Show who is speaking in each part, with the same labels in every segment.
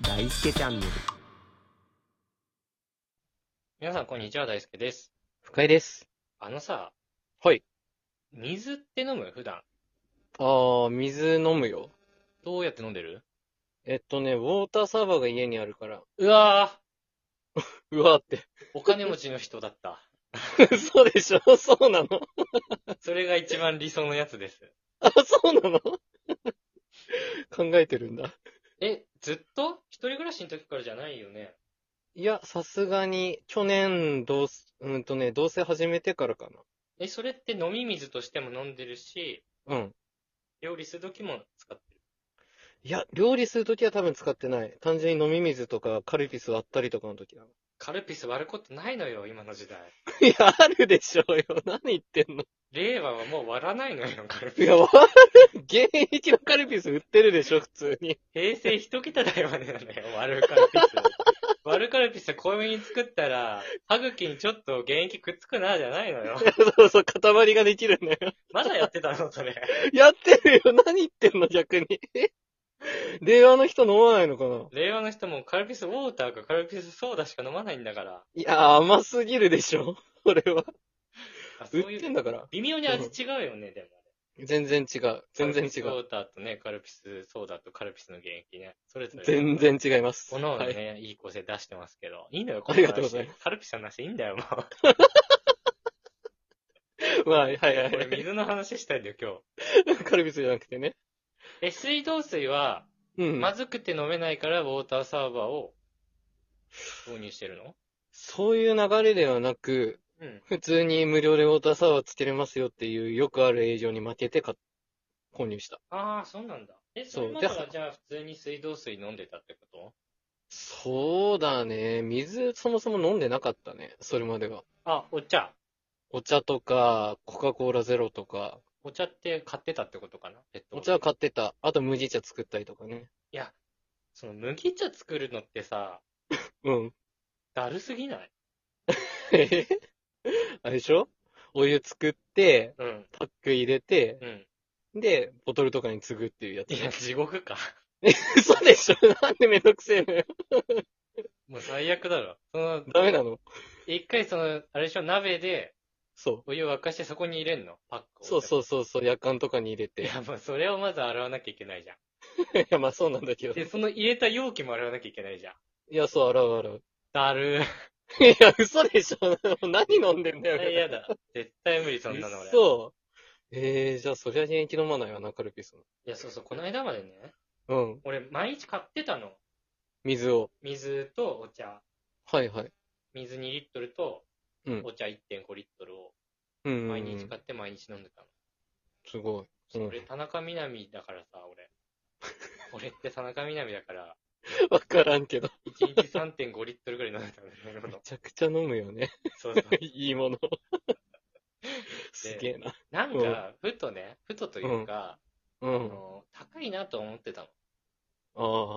Speaker 1: 大輔チャンネル。
Speaker 2: 皆さん、こんにちは。大輔です。
Speaker 3: 深井です。
Speaker 2: あのさ、
Speaker 3: はい。
Speaker 2: 水って飲む普段。
Speaker 3: ああ、水飲むよ。
Speaker 2: どうやって飲んでる
Speaker 3: えっとね、ウォーターサーバーが家にあるから、
Speaker 2: うわ
Speaker 3: うわーって。
Speaker 2: ぁ、お金持ちの人だった。
Speaker 3: 嘘でしょそうなの
Speaker 2: それが一番理想のやつです。
Speaker 3: あ、そうなの 考えてるんだ。
Speaker 2: え、ずっと一人暮らしの時からじゃないよね。
Speaker 3: いや、さすがに、去年、どうす、うんとね、同棲始めてからか
Speaker 2: え、それって飲み水としても飲んでるし、
Speaker 3: な。うん。
Speaker 2: 料理する時も使ってる。
Speaker 3: いや、料理するときは多分使ってない。単純に飲み水とか、カルピス割ったりとかのときだ。
Speaker 2: カルピス割ることないのよ、今の時代。
Speaker 3: いや、あるでしょうよ。何言ってんの
Speaker 2: 令和はもう割らないのよ、カル
Speaker 3: い
Speaker 2: ピス
Speaker 3: や、。わる。現役のカルピス売ってるでしょ、普通に。
Speaker 2: 平成一桁台までなんだよ、割るカルピス。 割るカルピスは濃いめに作ったら、歯茎にちょっと原液くっつくな、じゃないのよ。
Speaker 3: そうそう、塊ができるんだよ。
Speaker 2: まだやってたのそれ。
Speaker 3: やってるよ何言ってんの逆に。 え令和の人飲まないのかな
Speaker 2: 令和の人もカルピスウォーターかカルピスソーダしか飲まないんだから。
Speaker 3: いやー、甘すぎるでしょ これは。
Speaker 2: あそう
Speaker 3: 売
Speaker 2: い
Speaker 3: ってん
Speaker 2: う、
Speaker 3: だから。
Speaker 2: 微妙に味違うよね、でも。
Speaker 3: 全然違う。全然違
Speaker 2: カルピスウォ
Speaker 3: う。
Speaker 2: ーターとね、カルピスソーダとカルピスの原液ね。それぞれ。
Speaker 3: 全。然違います。
Speaker 2: おのおの
Speaker 3: はい。
Speaker 2: ね、い、い構成出してますけど。いいのよ、
Speaker 3: ありがとうござい
Speaker 2: ます。カルピスの話いいんだよ、もう。
Speaker 3: まあ、はいはいは
Speaker 2: これ
Speaker 3: い。
Speaker 2: 水の話したいんだよ、今日。
Speaker 3: カルピスじゃなくてね。
Speaker 2: え、水道水は、
Speaker 3: うん。
Speaker 2: まずくて飲めないから、ウォーターサーバーを導入してるの
Speaker 3: そういう流れではなく、
Speaker 2: うん。
Speaker 3: 普通に無料でウォーターサーバーつけれますよっていうよくある営業に負けて買っ購入した。
Speaker 2: ああ、そうなんだ。え、そ
Speaker 3: そう
Speaker 2: れまで
Speaker 3: で
Speaker 2: はじゃあ普通に水道水飲んでたってこと
Speaker 3: そうだね。水そもそも飲んでなかったね。それまでは。
Speaker 2: あ、お茶。
Speaker 3: お茶とか、コカ・コーラゼロとか、
Speaker 2: お茶って買ってたってことかなペットボ
Speaker 3: お
Speaker 2: トル
Speaker 3: 茶買ってた。あと麦茶作ったりとかね。
Speaker 2: いや、その麦茶作るのってさ、
Speaker 3: うん。
Speaker 2: だるすぎない
Speaker 3: えあれでしょお湯作って、
Speaker 2: うん。
Speaker 3: パック入れて、
Speaker 2: うん。
Speaker 3: で、ボトルとかに継ぐっていうやつ
Speaker 2: いや、
Speaker 3: ね。
Speaker 2: 地獄か。
Speaker 3: 嘘でしょなんでめんどくせえのよ。
Speaker 2: もう最悪だろ。その、
Speaker 3: ダメなの
Speaker 2: 一回その、あれでしょ、鍋で
Speaker 3: そう。
Speaker 2: お湯沸かしてそこに入れんのパックを。
Speaker 3: そうそうそうそう、夜間とかに入れ
Speaker 2: い
Speaker 3: て。い
Speaker 2: や、もうそれをまず洗わなきゃいけないじゃ
Speaker 3: や、まあそうなんだけど
Speaker 2: ん。。で、その入れた容器も洗わなきゃいけないじゃん。
Speaker 3: いや、そう、洗う洗う。
Speaker 2: だる
Speaker 3: いや、嘘でしょ何飲んでんだ
Speaker 2: ー。
Speaker 3: よ。
Speaker 2: 嫌だ。 絶対無理、そんなの俺。う。
Speaker 3: そう。えー、じゃあそりゃ元気飲まないわな、カルピス
Speaker 2: いや、そうそう、この間までね、
Speaker 3: の。うん。
Speaker 2: 俺毎日買ってたの。
Speaker 3: 水を。
Speaker 2: 水とお茶。
Speaker 3: はいはい。
Speaker 2: 水2リットルと
Speaker 3: うん、
Speaker 2: お茶1.5リットルを
Speaker 3: うん。
Speaker 2: 毎日買って毎日飲んでたの。
Speaker 3: すごい。うん
Speaker 2: それ、田中みな実だからさ、俺。 俺って田中みな実だから、
Speaker 3: わからんけど。
Speaker 2: 1日3.5リットルぐらい飲んでたんだよね、
Speaker 3: め
Speaker 2: の
Speaker 3: ちゃくちゃ飲むよね。
Speaker 2: そうそう。
Speaker 3: いいものを。すげえな。
Speaker 2: なんか、ふとね、ふとというか、
Speaker 3: う
Speaker 2: あ
Speaker 3: ん。
Speaker 2: の高いなと思ってたの。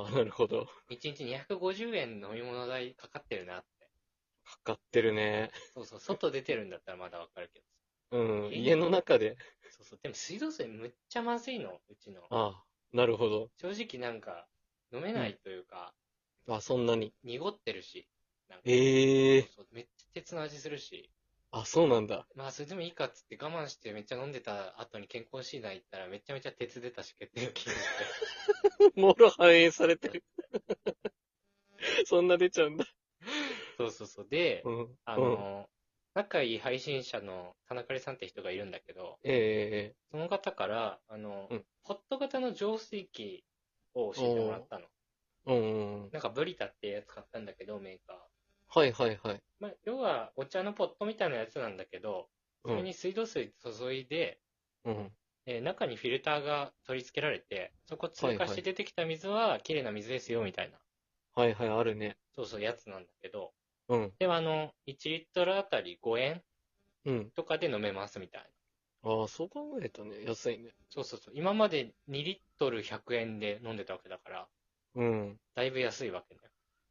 Speaker 3: ああ、なるほど。
Speaker 2: 1日250円飲み物代かかってるなって。
Speaker 3: かかってるね。
Speaker 2: そうそう、外出てるんだったらまだわかるけど。
Speaker 3: うん。家の中で。
Speaker 2: そうそう、でも水道水むっちゃまずいの、うちの。
Speaker 3: ああ、なるほど。
Speaker 2: 正直なんか、飲めないというか、
Speaker 3: あ、そんなに。
Speaker 2: 濁ってるし。なんか
Speaker 3: ええ
Speaker 2: そうそうめっちゃ鉄の味するし、
Speaker 3: あ、そうなんだ。
Speaker 2: まあそれでもいいかっつって我慢してめっちゃ飲んでた後に健康診断行ったらめちゃめちゃ鉄出たし血 液切れて
Speaker 3: もろ反映されてる。 そんな出ちゃうんだ。
Speaker 2: そうそうそう。で、
Speaker 3: うん。
Speaker 2: あ
Speaker 3: うん、
Speaker 2: の、仲いい配信者の田中里さんって人がいるんだけど、
Speaker 3: ええ
Speaker 2: その方から、あの、
Speaker 3: うん
Speaker 2: ポット型の浄水器を教えてもらったの。
Speaker 3: うんうん。
Speaker 2: なんかブリタってやつ買ったんだけど、メーカー。
Speaker 3: はいはいはい。
Speaker 2: まあ、要はお茶のポットみたいなやつなんだけど、
Speaker 3: う
Speaker 2: それ
Speaker 3: ん。
Speaker 2: に水道水注いで、
Speaker 3: うん。
Speaker 2: えー中にフィルターが取り付けられて、そこ通過
Speaker 3: はい
Speaker 2: し
Speaker 3: はい
Speaker 2: て出てきた水は綺麗な水ですよ、みたいな、
Speaker 3: はいはい、あるね。
Speaker 2: そうそう、やつなんだけど、
Speaker 3: うん。
Speaker 2: でもあの、1リットルあたり5円
Speaker 3: うん。
Speaker 2: とかで飲めます、みたいな。
Speaker 3: ああ、そう考えたね。安いね。
Speaker 2: そうそうそう、今まで2リットル100円で飲んでたわけだから、
Speaker 3: うん。
Speaker 2: だいぶ安いわけね。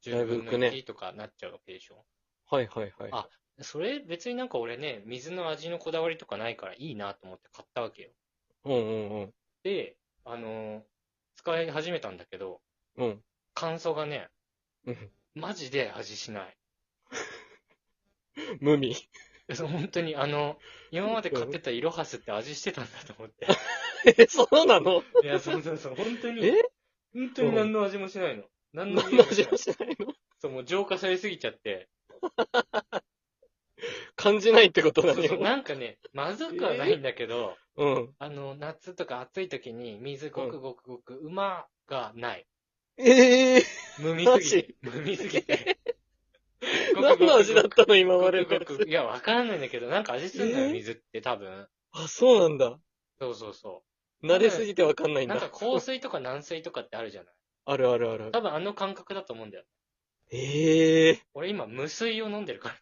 Speaker 3: だいぶ浮くね
Speaker 2: 10分の1とかなっちゃうわけでしょ。
Speaker 3: はいはいはい。
Speaker 2: あそれ別になんか俺ね、水の味のこだわりとかないからいいなと思って買ったわけよ。
Speaker 3: うんうんうん。
Speaker 2: で、あのー使い始めたんだけど、
Speaker 3: うん。
Speaker 2: 感想がね、
Speaker 3: うん
Speaker 2: マジで味しない。
Speaker 3: 無味。
Speaker 2: そう本当に、あの、今まで買ってたイロハスって味してたんだと思って。
Speaker 3: え、そうなの
Speaker 2: いや、そうそうそう、本当に
Speaker 3: え、
Speaker 2: 本当に何の味もしないの。何の
Speaker 3: 何
Speaker 2: 味
Speaker 3: の
Speaker 2: も
Speaker 3: 味
Speaker 2: しない
Speaker 3: も。しないの
Speaker 2: そう、もう浄化されすぎちゃって。
Speaker 3: 感じないってこと
Speaker 2: そう
Speaker 3: だ
Speaker 2: そう
Speaker 3: よ。
Speaker 2: なんかね、まずくはないんだけど、
Speaker 3: うん。
Speaker 2: あの、夏とか暑い時に水ごくごくごく、うまがない。
Speaker 3: ええ
Speaker 2: 無味すぎて。無味すぎ て。
Speaker 3: ー、何の味だったの今ま
Speaker 2: ご
Speaker 3: での
Speaker 2: くご
Speaker 3: や
Speaker 2: くご
Speaker 3: つ
Speaker 2: く。いや、わかんないんだけど、なんか味すんの
Speaker 3: え
Speaker 2: よ、
Speaker 3: ー
Speaker 2: 水って多分。
Speaker 3: あ、そうなんだ。
Speaker 2: そうそうそ
Speaker 3: 慣れすぎてわかんな
Speaker 2: う。
Speaker 3: いん
Speaker 2: なん
Speaker 3: だ
Speaker 2: か。香水とか軟水とかってあるじゃない
Speaker 3: あるあるある。
Speaker 2: 多分あの感覚だと思うんだよ。
Speaker 3: ええ
Speaker 2: 俺今、無水を飲んでるからね。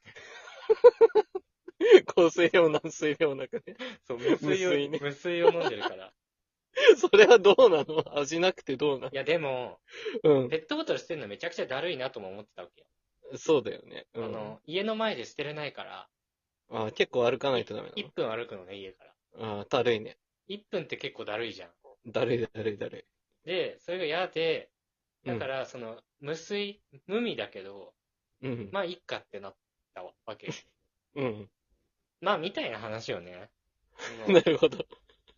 Speaker 3: ー、香水量軟水量なくね。
Speaker 2: そう、無水を、
Speaker 3: 無水ね
Speaker 2: 無水を飲んでるから。
Speaker 3: それはどうなの味なくてどうなの
Speaker 2: いや、でも、
Speaker 3: うん。
Speaker 2: ペットボトル捨てるのめちゃくちゃだるいなとも思ってたわけよ。
Speaker 3: そうだよね。う
Speaker 2: あ
Speaker 3: ん。
Speaker 2: の、家の前で捨てれないから、
Speaker 3: あ、結構歩かないとダメ
Speaker 2: 1分歩くのね、家から。
Speaker 3: なの。あ、だるいね。
Speaker 2: 1分って結構だるいじゃん。
Speaker 3: だるいだるいだる
Speaker 2: で、それが嫌で、
Speaker 3: い。う
Speaker 2: だ
Speaker 3: ん
Speaker 2: から、その、無水、無味だけど、
Speaker 3: うん。
Speaker 2: まあ、いっかってなったわ け。
Speaker 3: うん。
Speaker 2: まあ、みたいな話をね。そ
Speaker 3: な
Speaker 2: の
Speaker 3: るほど。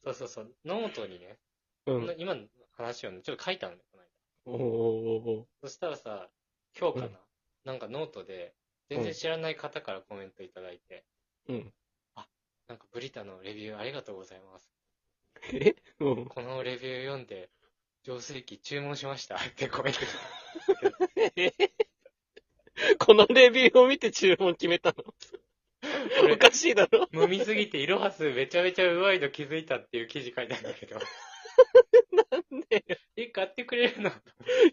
Speaker 2: そうそうそう、ノートにね、
Speaker 3: うん。
Speaker 2: 今の話をね、ちょっと書いたのよ、この間
Speaker 3: おーおーおー
Speaker 2: そしたらさ、今日かな、
Speaker 3: うん
Speaker 2: なんかノートで、全然知らない方からコメントいただいて、
Speaker 3: うん。
Speaker 2: なんかブリタのレビューありがとうございます。
Speaker 3: えうん。
Speaker 2: このレビュー読んで、浄水器注文しましたってコメント来た。
Speaker 3: このレビューを見て注文決めたのお
Speaker 2: 俺
Speaker 3: かしいだろ
Speaker 2: 飲みすぎてイロハスめちゃめちゃうまいの気づいたっていう記事書いたんだけど。
Speaker 3: なんで
Speaker 2: え、買ってくれるの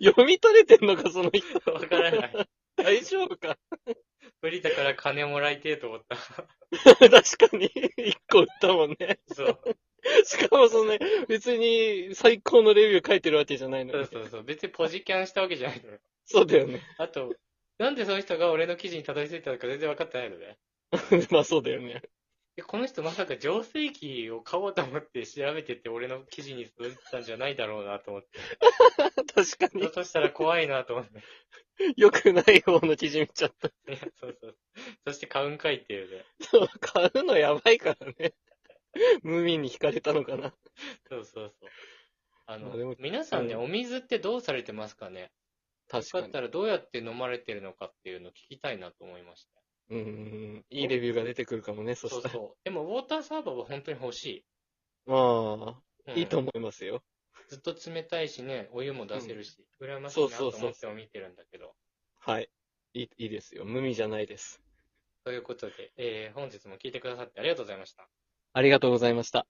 Speaker 3: 読み取れてんのか、その人。
Speaker 2: わからない。
Speaker 3: 大丈夫か
Speaker 2: ブリタから金もらいてえと思った。
Speaker 3: 確かに。 一個売ったもんね。
Speaker 2: そう。
Speaker 3: しかもそのね、別に最高のレビュー書いてるわけじゃないの
Speaker 2: そ
Speaker 3: に
Speaker 2: う。そうそう。別にポジキャンしたわけじゃないのよ。
Speaker 3: そうだよね。
Speaker 2: あと、なんでその人が俺の記事にたどり着いたのか全然分かってないのね。
Speaker 3: まあそうだよね。
Speaker 2: で、この人まさか浄水器を買おうと思って調べてて俺の記事に届いてたんじゃないだろうなと思って。
Speaker 3: 確か
Speaker 2: ひょ
Speaker 3: に
Speaker 2: っ。としたら怖いなと思って。
Speaker 3: 良くない方の記事見ちゃった。
Speaker 2: いや、そうそう。そして買うんかいっていうね。
Speaker 3: そう 買うのやばいからね。無味に惹かれたのかな。
Speaker 2: そうそうそう。あの
Speaker 3: まあでも、
Speaker 2: 皆さんね、
Speaker 3: う
Speaker 2: お水ってどうされてますかね
Speaker 3: 確
Speaker 2: よ
Speaker 3: か
Speaker 2: かっ
Speaker 3: に。
Speaker 2: たらどうやって飲まれてるのかっていうの聞きたいなと思いまし
Speaker 3: うんうんうん。いいレビューが出てくるかもね、
Speaker 2: た。
Speaker 3: そ
Speaker 2: そ
Speaker 3: し
Speaker 2: う
Speaker 3: たら。
Speaker 2: そう。でも、ウォーターサーバーは本当に欲し
Speaker 3: ま
Speaker 2: い。
Speaker 3: あ、
Speaker 2: うん
Speaker 3: いいと思いますよ。
Speaker 2: ずっと冷たいしね、お湯も出せるし、羨ましい
Speaker 3: そう
Speaker 2: なと
Speaker 3: そうそう
Speaker 2: 思っても見てるんだけど。
Speaker 3: はい。いい、いいですよ。無味じゃないです。
Speaker 2: ということで、えー本日も聞いてくださってありがとうございました。
Speaker 3: ありがとうございました。